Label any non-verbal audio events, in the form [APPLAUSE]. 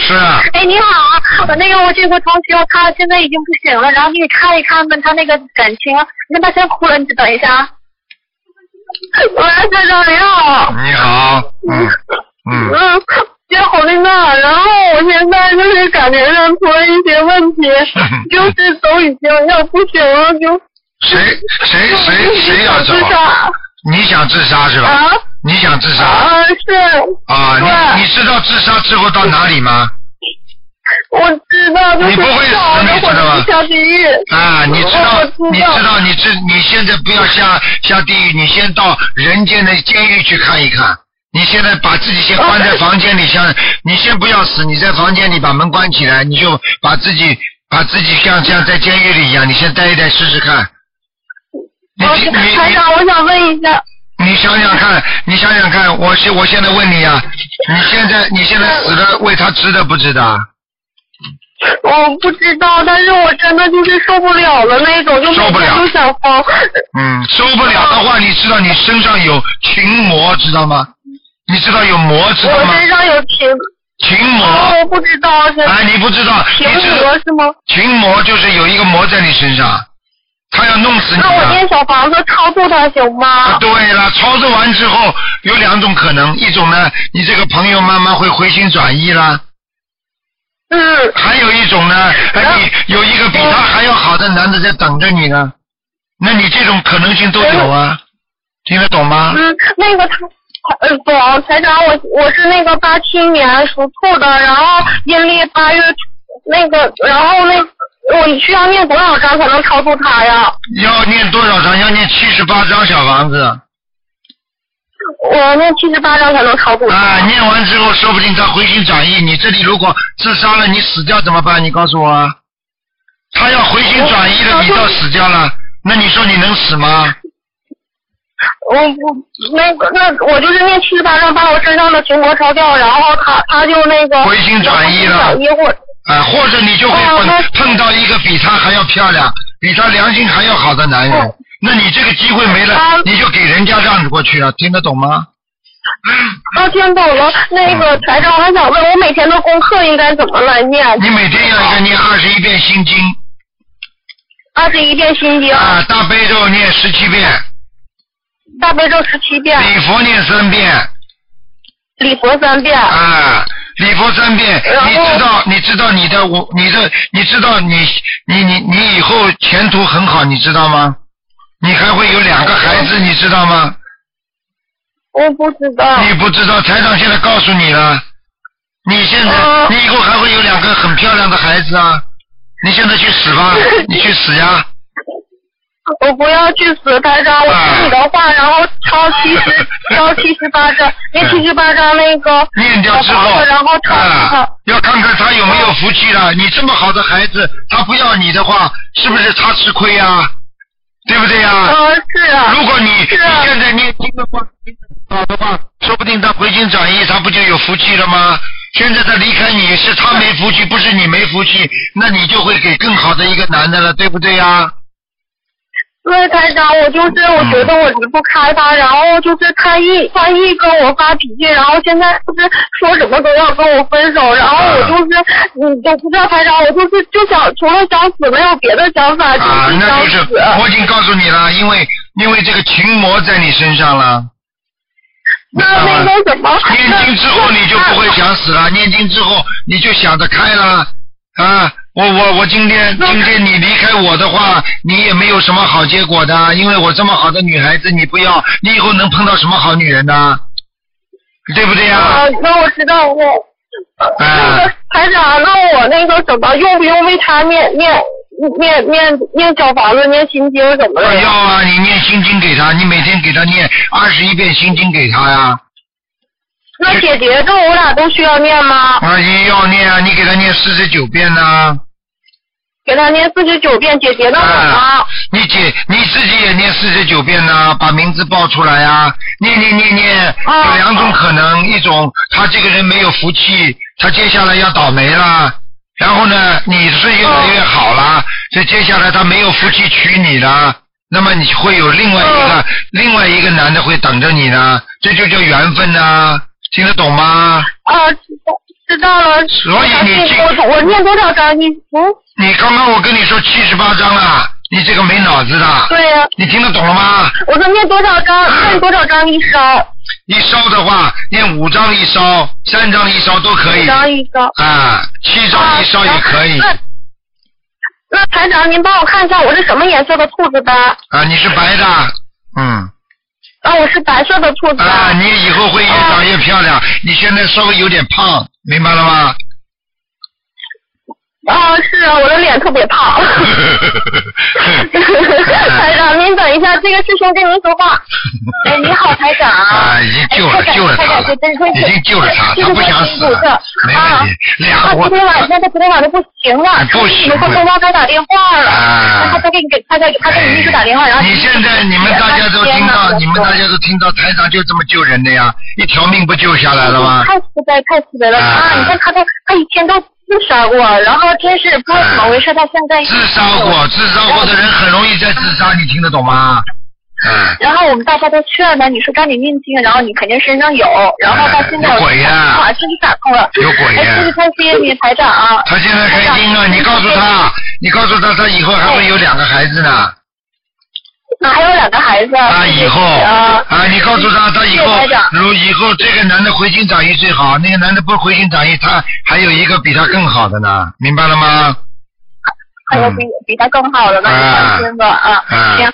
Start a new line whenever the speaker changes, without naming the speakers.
是啊，
哎，你好，我那个我这个同学，他现在已经不行了，然后你给看一看吧，他那个感情，啊你他先哭了，你等一下啊。我是郑正林好，
你好，嗯嗯，
啊嗯，接好丽娜，然后我现在就是感觉上出了一些问题，就是都已经要不行了，就
谁谁谁谁要啊走
自？杀
你想自杀是吧？
啊
你想自杀
啊是，
啊？
对
你你知道自杀之后到哪里吗？
我知道，就是
你不会死
早上
你知
我
道吗
就下地狱。
啊，你知道
我知道，
你知道，你知，你现在不要下下地狱，你先到人间的监狱去看一看。你现在把自己先关在房间里，像你先不要死，你在房间里把门关起来，你就把自己把自己像像在监狱里一样，你先待一待试试看。你
老
你
师，哦台
你
长，我想问一下，
你想想看，你想想看，我现我现在问你啊，你现在你现在死了为他值得不值得啊？
我不知道，但是我真的就是受不了了那种，就
受
每
不了
天都想疯。
嗯，受不了的话，你知道你身上有群魔，知道吗？你知道有魔，知道
我
吗？
身上有情，
群
啊
魔，
我不知道是
哎，你不知道，
情
你知道
魔是吗？
群魔就是有一个魔在你身上，他要弄死你
那我
的。
念小房子超度他行
啊
吗？
对了，操作完之后有两种可能，一种呢，你这个朋友慢慢会回心转意啦；
嗯，
还有一种呢，哎，你有一个比他还要好的男的在等着你呢，那你这种可能性都有啊，听得懂吗？
嗯，那个他。呃，懂，台长，我我是那个八七年属兔的，然后阴历八月那个，然后那我需要念多少章才能超度他呀？
要念多少章？要念七十八章小房子
我念七十八章才能超度他。
啊！念完之后，说不定他回心转意。你这里如果自杀了，你死掉怎么办？你告诉我啊！他要回心转意了，
我
你倒死掉了，那你说你能死吗？
我我那个那我就是念七十八章，把我身上的情魔超掉，然后他他就那个
回心转意了
一会儿
啊，或者你就会碰、
哦
碰到一个比他还要漂亮、比他良心还要好的男人，
哦
那你这个机会没了，
啊
你就给人家让过去了，听得懂吗？
啊，听懂了。那个台长，我还想问，我每天的功课应该怎么来念？
你每天要一个
哦
念二十一遍心经
二十一遍心经，
啊，大悲咒念十七遍，
大悲咒十七遍，
礼佛念三遍。
礼佛三遍。
啊，礼佛三遍，
然后
你知道，你知道你的我，你的，你知道你，你你你以后前途很好，你知道吗？你还会有两个孩子，你知道吗？
我不知道。
你不知道，台长现在告诉你了，你现在，
哦
你以后还会有两个很漂亮的孩子啊！你现在去死
[LAUGHS]
吧，你去死呀！
我不要去死，台长，
啊
我听你的话，然后抄七
[LAUGHS]
十，抄七十八章，
嗯
念七十八章那个
念掉之
小房
后，
子然后抄
啊，要看看他有没有福气了。你这么好的孩子，他不要你的话，是不是他吃亏呀、对不对呀、
呃，是啊，
如果你你
是啊
现在念经的话，好的话，说不定他回心转意，他不就有福气了吗？现在他离开你是他没福气，不是你没福气，那你就会给更好的一个男的了，对不对呀、
所以台长，我就是我觉得我离不开他，然后就是他一他一跟我发脾气，然后现在就是说什么都要跟我分手，然后我就是嗯，我不知道台长，我就是就想除了想死没有别的想法，就
啊，
是
那
想
就是
死。
我已经告诉你了，因为因为这个群魔在你身上了。
那那个什么，
念经之后啊你就不会想死了，念经之后你就想得开了啊！我我我今天
那
今天你离开我的话，你也没有什么好结果的，因为我这么好的女孩子你不要，你以后能碰到什么好女人呢？对不对呀、
啊，那我知道我。呃
啊
那个台长，那我那个什么，用不用为他念念念念念小房子、念心经什么的
我要
呀？
啊，你念心经给她，你每天给她念二十一遍心经给她呀。
那姐姐，这我俩都需要念吗？
啊，你要念啊，你给她念四十九遍呐、
给他念四十九遍，姐姐的我
啊
吗？，
你姐你自己也念四十九遍呐、把名字报出来啊，念念念念，
哦
有两种可能，一种他这个人没有福气，他接下来要倒霉啦，然后呢，你是越来越好啦，这接下来他没有福气娶你啦，那么你会有另外一个、
哦
另外一个啊男的会等着你呢，这就叫缘分呐、听得懂吗？
啊，知道知道了。
所以你这
我我念多少章？你嗯？
你刚刚我跟你说七十八章了，你这个没脑子的。
对呀、
你听得懂了吗？
我说念多少章？
啊
念多少章一烧？
一烧的话，念五张一烧，三张一烧都可以。
五章一烧。
啊，七张一烧也可以。
啊那那台长，您帮我看一下我是什么颜色的兔子吧？
啊，你是白的，嗯。
啊，我是白色的兔子。
啊，你以后会越长越漂亮。你现在稍微有点胖，明白了吗？
啊，是啊，我的脸特别胖。
[LAUGHS]
台长，您等一下，这个师兄跟您说话。哎，你好，台长。
啊，已经救
哎台
了，救了他
长，台
了
长，真真，
已经救了他，
这
他
个
不想死了，没问题。
啊，
两
他
我
昨天晚上，他昨天晚上不行了，
啊不行
他给他打电话了，
啊
他他给你给他给他给你秘书打电话，然后哎
你现在你们大家都听到，你们大家都听到，台长就这么救人的呀，一条命不救下来了吗？
太慈悲，太慈悲了
啊
啊！你看他都他以前都自杀过，然后真是不知道怎么回事，他现在
啊自杀过，自杀过的人很容易再自杀，你听得懂吗？嗯，
然后我们大家都劝他，你说赶紧念经，然后你肯定身上有，然后到现在
啊有
我
鬼呀
啊，真是打通了，
嗯有鬼呀
哎，真是太谢谢你台长啊！
他现在开心了，你告
哎
诉他，你告诉他，他以后还会有两个孩子呢。
那啊还有两个孩子，
他以后
啊，
啊，你告诉他，他以后
谢谢台长
如以后这个男的回心转意最好，那个男的不回心转意，他还有一个比他更好的呢，明白了吗？
哎还有比比他更好的，那就放心吧啊
嗯，
行。